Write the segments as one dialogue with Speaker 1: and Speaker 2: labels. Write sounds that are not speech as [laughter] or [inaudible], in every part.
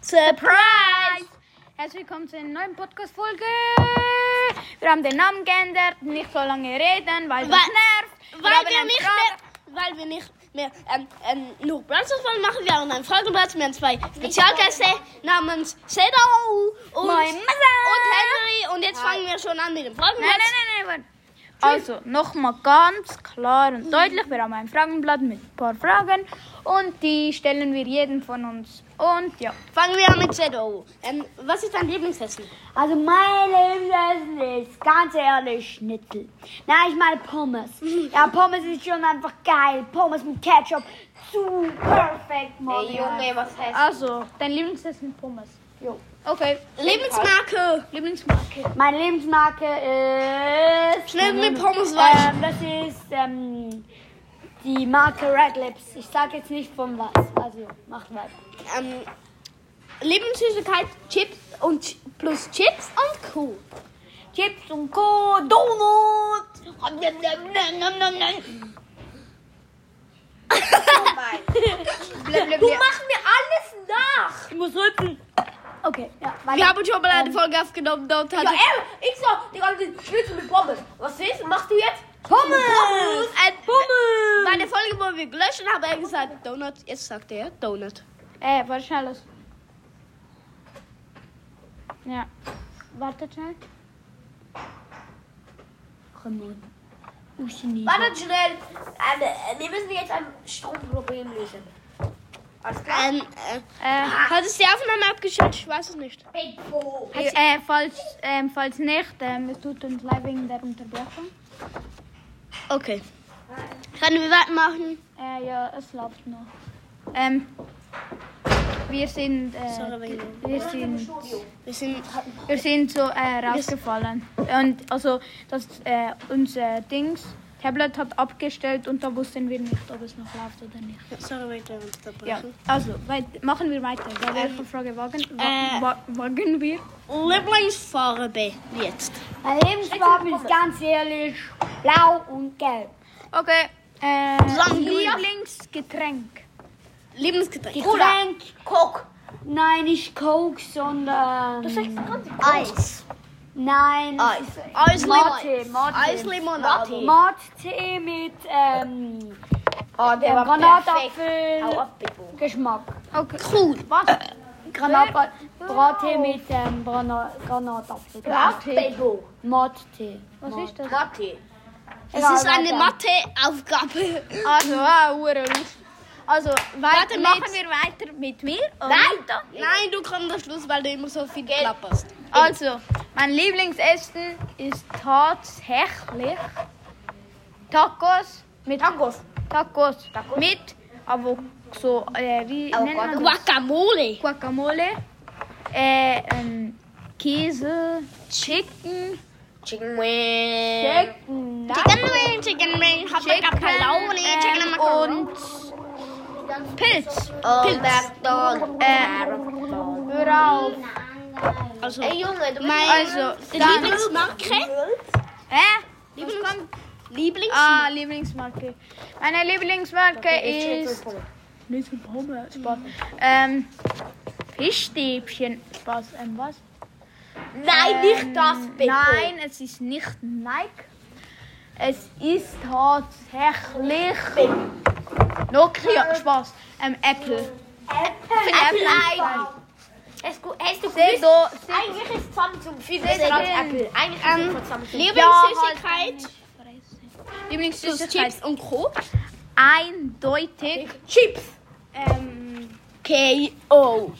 Speaker 1: Surprise!
Speaker 2: Herzlich willkommen zu einer neuen Podcast-Folge. Wir haben den Namen geändert, nicht so lange reden, weil
Speaker 1: Weil-
Speaker 2: das nervt.
Speaker 1: Weil
Speaker 2: haben
Speaker 1: wir
Speaker 2: einen
Speaker 1: nicht
Speaker 2: Frage-
Speaker 1: mehr, weil wir nicht mehr ähm, ähm, nur Brandstoffwahl machen, wir haben einen Fragenplatz, wir haben zwei Spezialgäste namens Sedau und, und
Speaker 2: Moin,
Speaker 1: Henry und jetzt fangen wir schon an mit dem Fragenplatz.
Speaker 2: Nein, nein, nein, nein. warte. Also, nochmal ganz klar und deutlich. Wir haben ein Fragenblatt mit ein paar Fragen und die stellen wir jedem von uns. Und ja.
Speaker 1: Fangen wir an mit Sedau. Ähm, was ist dein Lieblingsessen?
Speaker 3: Also mein Lieblingsessen ist ganz ehrlich Schnitzel. Nein, ich meine
Speaker 1: [laughs]
Speaker 3: Pommes. Ja, Pommes ist schon einfach geil. Pommes mit Ketchup. Zu perfekt, Mann.
Speaker 1: was heißt
Speaker 2: Also, dein Lieblingsessen Pommes.
Speaker 3: Jo.
Speaker 2: Okay.
Speaker 1: Lebensmarke.
Speaker 2: Lieblingsmarke.
Speaker 3: Meine Lebensmarke ist...
Speaker 1: Schnell mit Pommes weiter.
Speaker 3: Ähm, das ist ähm, die Marke Red Lips. Ich sag jetzt nicht von was. Also, macht weiter.
Speaker 1: Ähm, Lebenssüßigkeit, Chips und Ch- plus Chips und Co.
Speaker 3: Chips und Co. Donut.
Speaker 1: [laughs] Du machst mir alles nach.
Speaker 3: Ich muss rücken. Okay, ja, weiter.
Speaker 1: Wir haben schon mal eine Folge aufgenommen, dort hatte ich
Speaker 3: ey, ich sag die ganze Schnitzel mit Pommes. Was ist? Machst du jetzt? Pommes!
Speaker 1: ein Bei der Folge, wo wir gelöscht haben, hat er gesagt Donut. Jetzt sagt er Donut.
Speaker 2: Äh, warte schnell los. Ja. Wartet schnell.
Speaker 3: Wartet schnell. Ähm, wir müssen jetzt ein Stromproblem lösen. Alles klar?
Speaker 1: Ähm, äh,
Speaker 2: Äh,
Speaker 1: hat es die Aufnahme abgestellt? Ich weiß es nicht.
Speaker 3: Pipo.
Speaker 1: Also-
Speaker 2: äh, falls, ähm, falls nicht, ähm, es tut uns leid wegen der Unterbrechung.
Speaker 1: Okay. Können wir weitermachen?
Speaker 2: Äh, ja, es läuft noch. Ähm, wir sind,
Speaker 1: Sorry,
Speaker 2: äh,
Speaker 1: wegen-
Speaker 2: wir sind,
Speaker 1: Wir sind.
Speaker 2: wir sind so äh, rausgefallen. Und also, das, äh, unser Dings, Tablet hat abgestellt und da wussten wir nicht, ob es noch läuft oder nicht.
Speaker 1: Sorry, weiter
Speaker 2: Ja,
Speaker 1: unterbrechen.
Speaker 2: also, weit, machen wir weiter. Bei welcher Frage wagen, wa-
Speaker 1: Ähm, äh,
Speaker 2: wa- wagen wir?
Speaker 1: Lieblingsfarbe jetzt.
Speaker 3: Mein Lebensfarbe ist ganz ehrlich blau und gelb.
Speaker 2: Okay, äh,
Speaker 1: Zusammen, Julia.
Speaker 2: Lieblingsgetränk.
Speaker 1: Lieblingsgetränk.
Speaker 3: Getränk, Coke. Nein, nicht Coke, sondern...
Speaker 1: Eis.
Speaker 3: Nein,
Speaker 1: Eis.
Speaker 3: es ist
Speaker 1: Eis
Speaker 3: Mate,
Speaker 1: Limon.
Speaker 3: Mate.
Speaker 1: Eis Limonade.
Speaker 3: Mate mit ähm,
Speaker 1: Oh,
Speaker 3: ähm,
Speaker 1: Hau
Speaker 3: Granatapfel
Speaker 1: ab, Bippo.
Speaker 3: Geschmack.
Speaker 2: Okay,
Speaker 1: Cool. Was?
Speaker 3: Granat Brattee mit ähm, Brana- Granatapfel. Mate.
Speaker 2: was ist das?
Speaker 1: Latte. Es
Speaker 3: Ja,
Speaker 1: ist eine
Speaker 3: Latte.
Speaker 1: Matheaufgabe.
Speaker 2: Also, ah, hure lustig. Also,
Speaker 1: Warte,
Speaker 2: weiter,
Speaker 1: mit-
Speaker 2: machen wir weiter mit mir. und weiter.
Speaker 1: Nein, du kommst am Schluss, weil du immer so viel klapperst.
Speaker 2: Also, mein Lieblingsessen ist tatsächlich Tacos mit Tacos. Tacos, mit aber so äh, wie nennt man das?
Speaker 1: Guacamole.
Speaker 2: Guacamole, äh, ähm, Käse, Chicken,
Speaker 1: Chicken Wing.
Speaker 2: Chicken,
Speaker 1: Chicken Wing, Chicken Wing. Hab ich Capelloni, eh, Chicken
Speaker 2: äh,
Speaker 1: Macaroni.
Speaker 2: und Pilz.
Speaker 1: Pilz.
Speaker 2: Äh, hör auf.
Speaker 1: Also, Ey Junge, du mein
Speaker 2: Also, dann-
Speaker 1: Lieblingsmarke.
Speaker 2: Hä?
Speaker 1: Lieblings Lieblings
Speaker 2: Ah, Lieblingsmarke. Meine Lieblingsmarke ist. Schnitzel Pommes. Spaß. Ähm, Fischstäbchen. Spaß. Ähm, was?
Speaker 1: Nein, nicht das,
Speaker 2: Nein, es ist nicht Nike. Es ist tatsächlich. Nokia. Spaß. Ähm, Apple. Apple.
Speaker 1: Apple.
Speaker 3: Hast du, hast du
Speaker 2: Seht da- seht-
Speaker 3: Eigentlich ist Samsung viel
Speaker 2: besser als Apple.
Speaker 3: Eigentlich
Speaker 1: Ähm,
Speaker 3: von Samsung.
Speaker 1: Lieblingssüßigkeit.
Speaker 2: Ah,
Speaker 1: Plus
Speaker 2: Lieblingssüßigkeit.
Speaker 1: Chips und Co.
Speaker 2: Eindeutig.
Speaker 1: Chips.
Speaker 2: Ähm,
Speaker 1: K.O.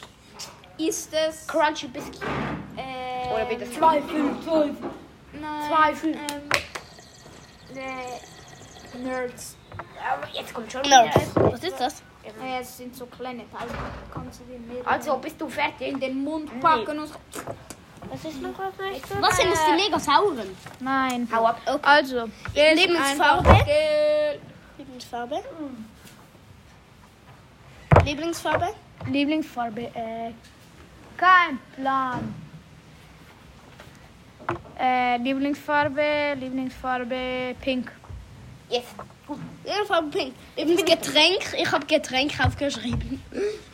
Speaker 2: ist es.
Speaker 3: Crunchy Biscuit.
Speaker 2: Äh,
Speaker 1: Oder bitte.
Speaker 3: Zwei, fünf, zwölf.
Speaker 2: Nein,
Speaker 3: Zweifel.
Speaker 2: Ähm, nee, Nerds.
Speaker 3: Aber jetzt kommt schon
Speaker 1: Nerds. Was ist das?
Speaker 2: Äh, es sind so kleine Teile. Kannst du die mit
Speaker 3: Also, bist du
Speaker 2: in
Speaker 3: fertig?
Speaker 2: den Mund packen und so.
Speaker 3: Was ist noch was Nächstes?
Speaker 1: Was sind das, die mega sauren?
Speaker 2: Nein.
Speaker 3: Hau ab.
Speaker 2: Also, jetzt
Speaker 1: Lebensfarbe?
Speaker 2: einfach gelb.
Speaker 1: Lieblingsfarbe? Lieblingsfarbe?
Speaker 2: Lieblingsfarbe. Äh, kein Plan. Äh, Lieblingsfarbe, Lieblingsfarbe, pink.
Speaker 3: Yes.
Speaker 1: Ja, Farbe pink. Übrigens Getränk. Ich habe Getränk aufgeschrieben.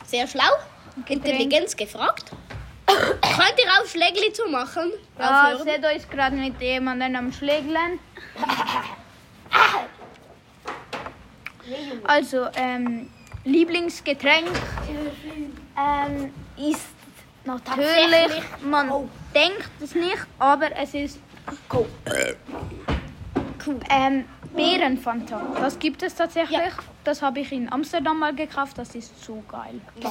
Speaker 1: Sehr schlau. Intelligenz [coughs] gefragt. Könnt ihr auf Schlägli zu machen?
Speaker 2: Ja,
Speaker 1: Aufhören?
Speaker 2: Sedo ist gerade mit jemandem am Schlägeln. Also, ähm, Lieblingsgetränk ähm, ist natürlich, man denkt es nicht, aber es ist cool. Ähm, Bärenfanta, das gibt es tatsächlich. Das habe ich in Amsterdam mal gekauft, das ist so geil.
Speaker 1: Jetzt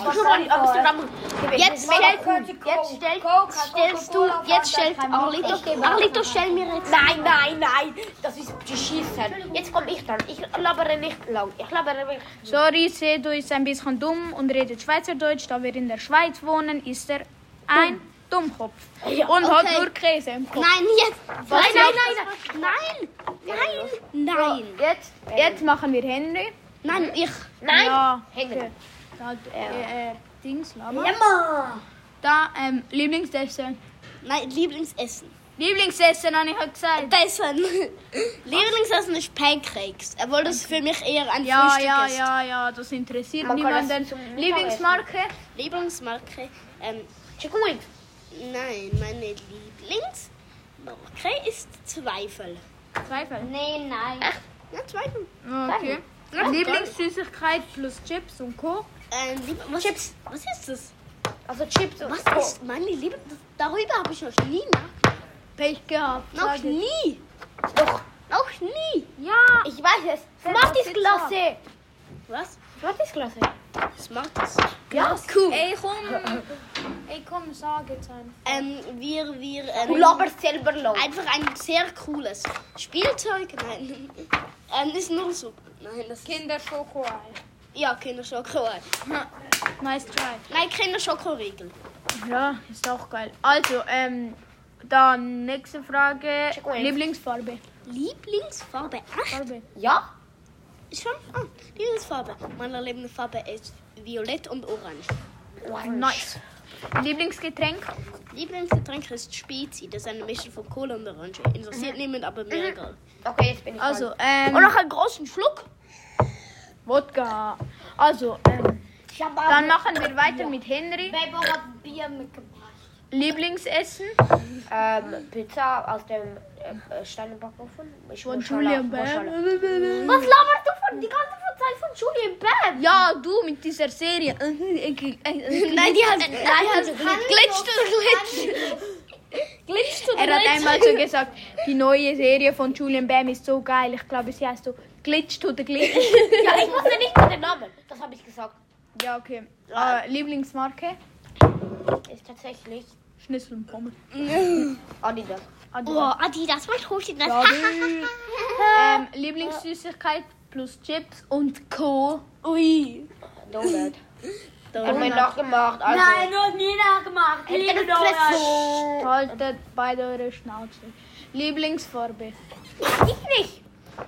Speaker 1: stellt, jetzt stellt, stellst du, jetzt stellt Arlito, Arlito, stell mir jetzt.
Speaker 4: Nein, nein, nein, das ist beschissen. Jetzt komme ich dann. Ich labere nicht lang. Ich labere nicht.
Speaker 2: Sorry, Sedo ist ein bisschen dumm und redet Schweizerdeutsch. Da wir in der Schweiz wohnen, ist er ein Dummkopf. und hat
Speaker 1: okay.
Speaker 2: nur Käse im Kopf.
Speaker 1: Nein, jetzt. Nein, nein, nein, nein, nein, nein,
Speaker 2: Jetzt, jetzt machen wir Henry.
Speaker 1: nein, ich.
Speaker 4: Nein,
Speaker 2: Ja.
Speaker 4: Henry.
Speaker 2: Halt, äh, äh, Dings, Lama.
Speaker 3: Immer.
Speaker 2: Da, ähm, Lieblingsessen.
Speaker 1: Nein, Lieblingsessen.
Speaker 2: Lieblingsessen, habe ich ja gesagt.
Speaker 1: [laughs] Dessen. Lieblingsessen ist Pancakes. Obwohl das für mich eher ein
Speaker 2: Ja,
Speaker 1: Frühstück
Speaker 2: ja,
Speaker 1: ist.
Speaker 2: ja, ja, das interessiert
Speaker 4: Man kann das
Speaker 2: niemanden.
Speaker 4: zum Mittagessen.
Speaker 2: Lieblingsmarke?
Speaker 1: Lieblingsmarke. Ähm,
Speaker 4: Chicken Wings.
Speaker 1: nein, meine Lieblingsmarke ist Zweifel.
Speaker 2: Zweifel.
Speaker 4: Nein, nein.
Speaker 1: Na, Zweifel.
Speaker 2: Okay. Lieblingssüßigkeit plus Chips und Co.
Speaker 1: Ähm, lieb, was, Chips. Was ist das?
Speaker 4: Also Chips und
Speaker 1: Was
Speaker 4: Co.
Speaker 1: ist meine Liebe? Darüber habe ich noch nie nach.
Speaker 2: Pech gehabt.
Speaker 1: Noch
Speaker 2: Sag ich.
Speaker 1: nie.
Speaker 4: Doch,
Speaker 1: Noch nie.
Speaker 2: Ja.
Speaker 4: ich weiß es.
Speaker 2: Smarties
Speaker 4: Smarties Klasse.
Speaker 1: Was?
Speaker 4: Smarties Klasse.
Speaker 1: Smartes.
Speaker 4: Ja,
Speaker 1: Cool.
Speaker 2: Ey, komm. Ey, komm, sag jetzt einfach.
Speaker 1: Ähm, wir, wir,
Speaker 4: Du
Speaker 1: ähm,
Speaker 4: laberst selber lang.
Speaker 1: einfach ein sehr cooles Spielzeug. Nein. [laughs] Ähm, ist nur so. Nein, das ist.
Speaker 4: [laughs]
Speaker 2: Kinderschokoei.
Speaker 1: Ja, Kinderschokoriegel.
Speaker 2: Nice try.
Speaker 1: Nein, Kinderschokoriegel.
Speaker 2: Ja, ist auch geil. Also, ähm, dann nächste Frage.
Speaker 4: Chicken wings.
Speaker 2: Lieblingsfarbe.
Speaker 1: Lieblingsfarbe? Ach,
Speaker 2: Farbe.
Speaker 4: Ja?
Speaker 1: schon? Ah, Lieblingsfarbe. Meine Lieblingsfarbe ist violett und orange.
Speaker 2: Nice. Lieblingsgetränk.
Speaker 1: Lieblingsgetränk ist Spezi. Das ist eine Mischung von Cola und Orange.
Speaker 2: Mhm.
Speaker 1: Interessiert niemand, aber mir egal.
Speaker 4: Okay, jetzt bin ich
Speaker 2: Also,
Speaker 4: dran.
Speaker 2: ähm,
Speaker 1: Und noch einen großen Schluck.
Speaker 2: Wodka. Also, ähm,
Speaker 4: Ich hab
Speaker 2: dann machen wir weiter mit Henry.
Speaker 4: Bebo hat Bier mitgebracht.
Speaker 2: Lieblingsessen.
Speaker 4: Ähm, Pizza aus dem äh, Steinebackofen. Ich
Speaker 2: Von
Speaker 4: muss
Speaker 2: Julian
Speaker 4: Schala- muss Schala-
Speaker 2: Bam.
Speaker 4: Was laberst du von die ganze Zeit von Julian Bam?
Speaker 2: Ja, du mit dieser Serie. [laughs] Nein, die
Speaker 1: Nein, die hat,
Speaker 2: hat.
Speaker 1: die hat glitscht und glitscht. glitscht und
Speaker 2: Er hat
Speaker 1: glitscht.
Speaker 2: einmal so gesagt, die neue Serie von Julian Bam ist so geil. Ich glaube, sie heißt so Glitch to the Glitch.
Speaker 4: [laughs] Ja, ich wusste nicht mehr den Namen. Das habe ich gesagt.
Speaker 2: ja, okay. Äh, Lieblingsmarke?
Speaker 4: Ist tatsächlich
Speaker 2: Schnitzel und Pommes. Ah,
Speaker 4: Adidas.
Speaker 1: Oh, Adi, das war Toshi. Das
Speaker 2: Ja,
Speaker 4: [laughs]
Speaker 2: du. ähm, Lieblingssüßigkeit plus Chips und Co.
Speaker 1: Ui.
Speaker 4: Donut. Hat
Speaker 1: Da
Speaker 4: mir nachgemacht. Also.
Speaker 3: Nein, noch nie nachgemacht. Liebe
Speaker 4: nou
Speaker 3: Donuts.
Speaker 2: Haltet beide eure Schnauze. Lieblingsfarbe.
Speaker 4: Sag ich nicht.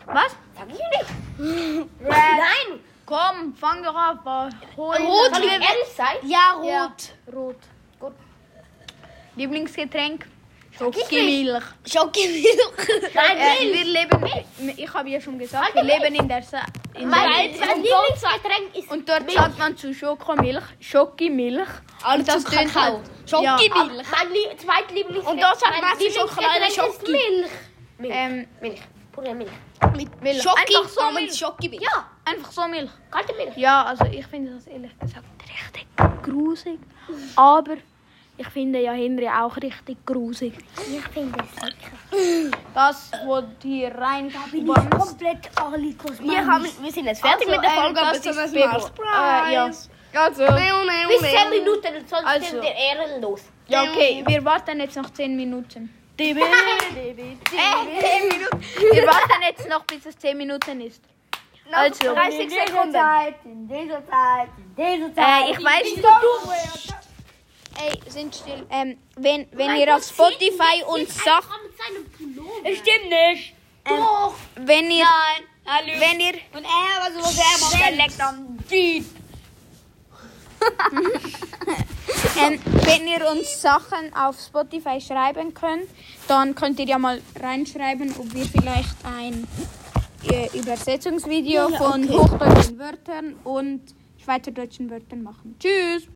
Speaker 2: Was?
Speaker 4: Sag ich nicht.
Speaker 2: Nein! Komm, fang doch ab. äh, Hol
Speaker 1: Rot.
Speaker 4: Soll ich ehrlich sein?
Speaker 1: ja, rot.
Speaker 2: Ja, rot.
Speaker 4: Gut.
Speaker 2: Lieblingsgetränk? Schokimilch. [laughs]
Speaker 1: Schokoriegel.
Speaker 4: Nein,
Speaker 2: Äh, wir leben, ich habe ja schon
Speaker 4: Halt
Speaker 2: gesagt, wir leben in der, Sa in der
Speaker 4: Mein Lieblingsgetränk ist
Speaker 2: Und dort sagt man zu Schokomilch, Schokimilch.
Speaker 1: Und
Speaker 2: das tönt halt-
Speaker 1: Schokoriegel.
Speaker 4: mein Lie Zweitlieblingsgetränk.
Speaker 1: Und da sagt
Speaker 4: mein
Speaker 1: man zu Schokolade
Speaker 4: Lieblingsgetränk ist
Speaker 1: Schoki.
Speaker 4: Milch. Milch.
Speaker 2: Ähm,
Speaker 4: Milch. Pure Milch.
Speaker 1: Mit
Speaker 2: Milch.
Speaker 1: Schoki.
Speaker 2: Einfach so
Speaker 1: Ja, mit
Speaker 2: Milch.
Speaker 1: Schoki. Milch.
Speaker 4: Ja,
Speaker 2: einfach so Milch.
Speaker 4: kalte Milch.
Speaker 2: Ja, also ich finde das ehrlich gesagt richtig grusig. Aber ich finde ja Henry auch richtig grusig.
Speaker 4: Ich finde es lecker.
Speaker 2: Das, was hier rein
Speaker 3: Komplett Arlitos.
Speaker 1: Wir, haben, wir sind jetzt fertig
Speaker 2: Also,
Speaker 1: mit der
Speaker 2: ähm,
Speaker 1: Folge, aber das ist Bebo.
Speaker 2: Äh, ja. Also,
Speaker 1: Neo, neo,
Speaker 4: Bis 10
Speaker 1: neo.
Speaker 4: Minuten, sonst
Speaker 2: Also.
Speaker 4: sind wir ehrenlos.
Speaker 2: ja, okay, wir warten jetzt noch 10 Minuten.
Speaker 1: DB.
Speaker 2: Äh, 10 Minuten. [laughs] Wir warten jetzt noch, bis es 10 Minuten ist. Also,
Speaker 1: 30 Sekunden.
Speaker 3: Zeit, in dieser Zeit, in dieser Zeit.
Speaker 2: äh, ich weiß nicht. Ey, sind still. Ähm, wenn, wenn ihr auf Spotify uns Sachen.
Speaker 3: Stimmt nicht.
Speaker 2: Wenn ihr. Wenn ihr.
Speaker 3: Und er war so, der macht den leckeren Jeep.
Speaker 2: [laughs] Ähm, wenn ihr uns Sachen auf Spotify schreiben könnt, dann könnt ihr ja mal reinschreiben, ob wir vielleicht ein äh, Übersetzungsvideo von hochdeutschen Wörtern und schweizerdeutschen Wörtern machen. Tschüss!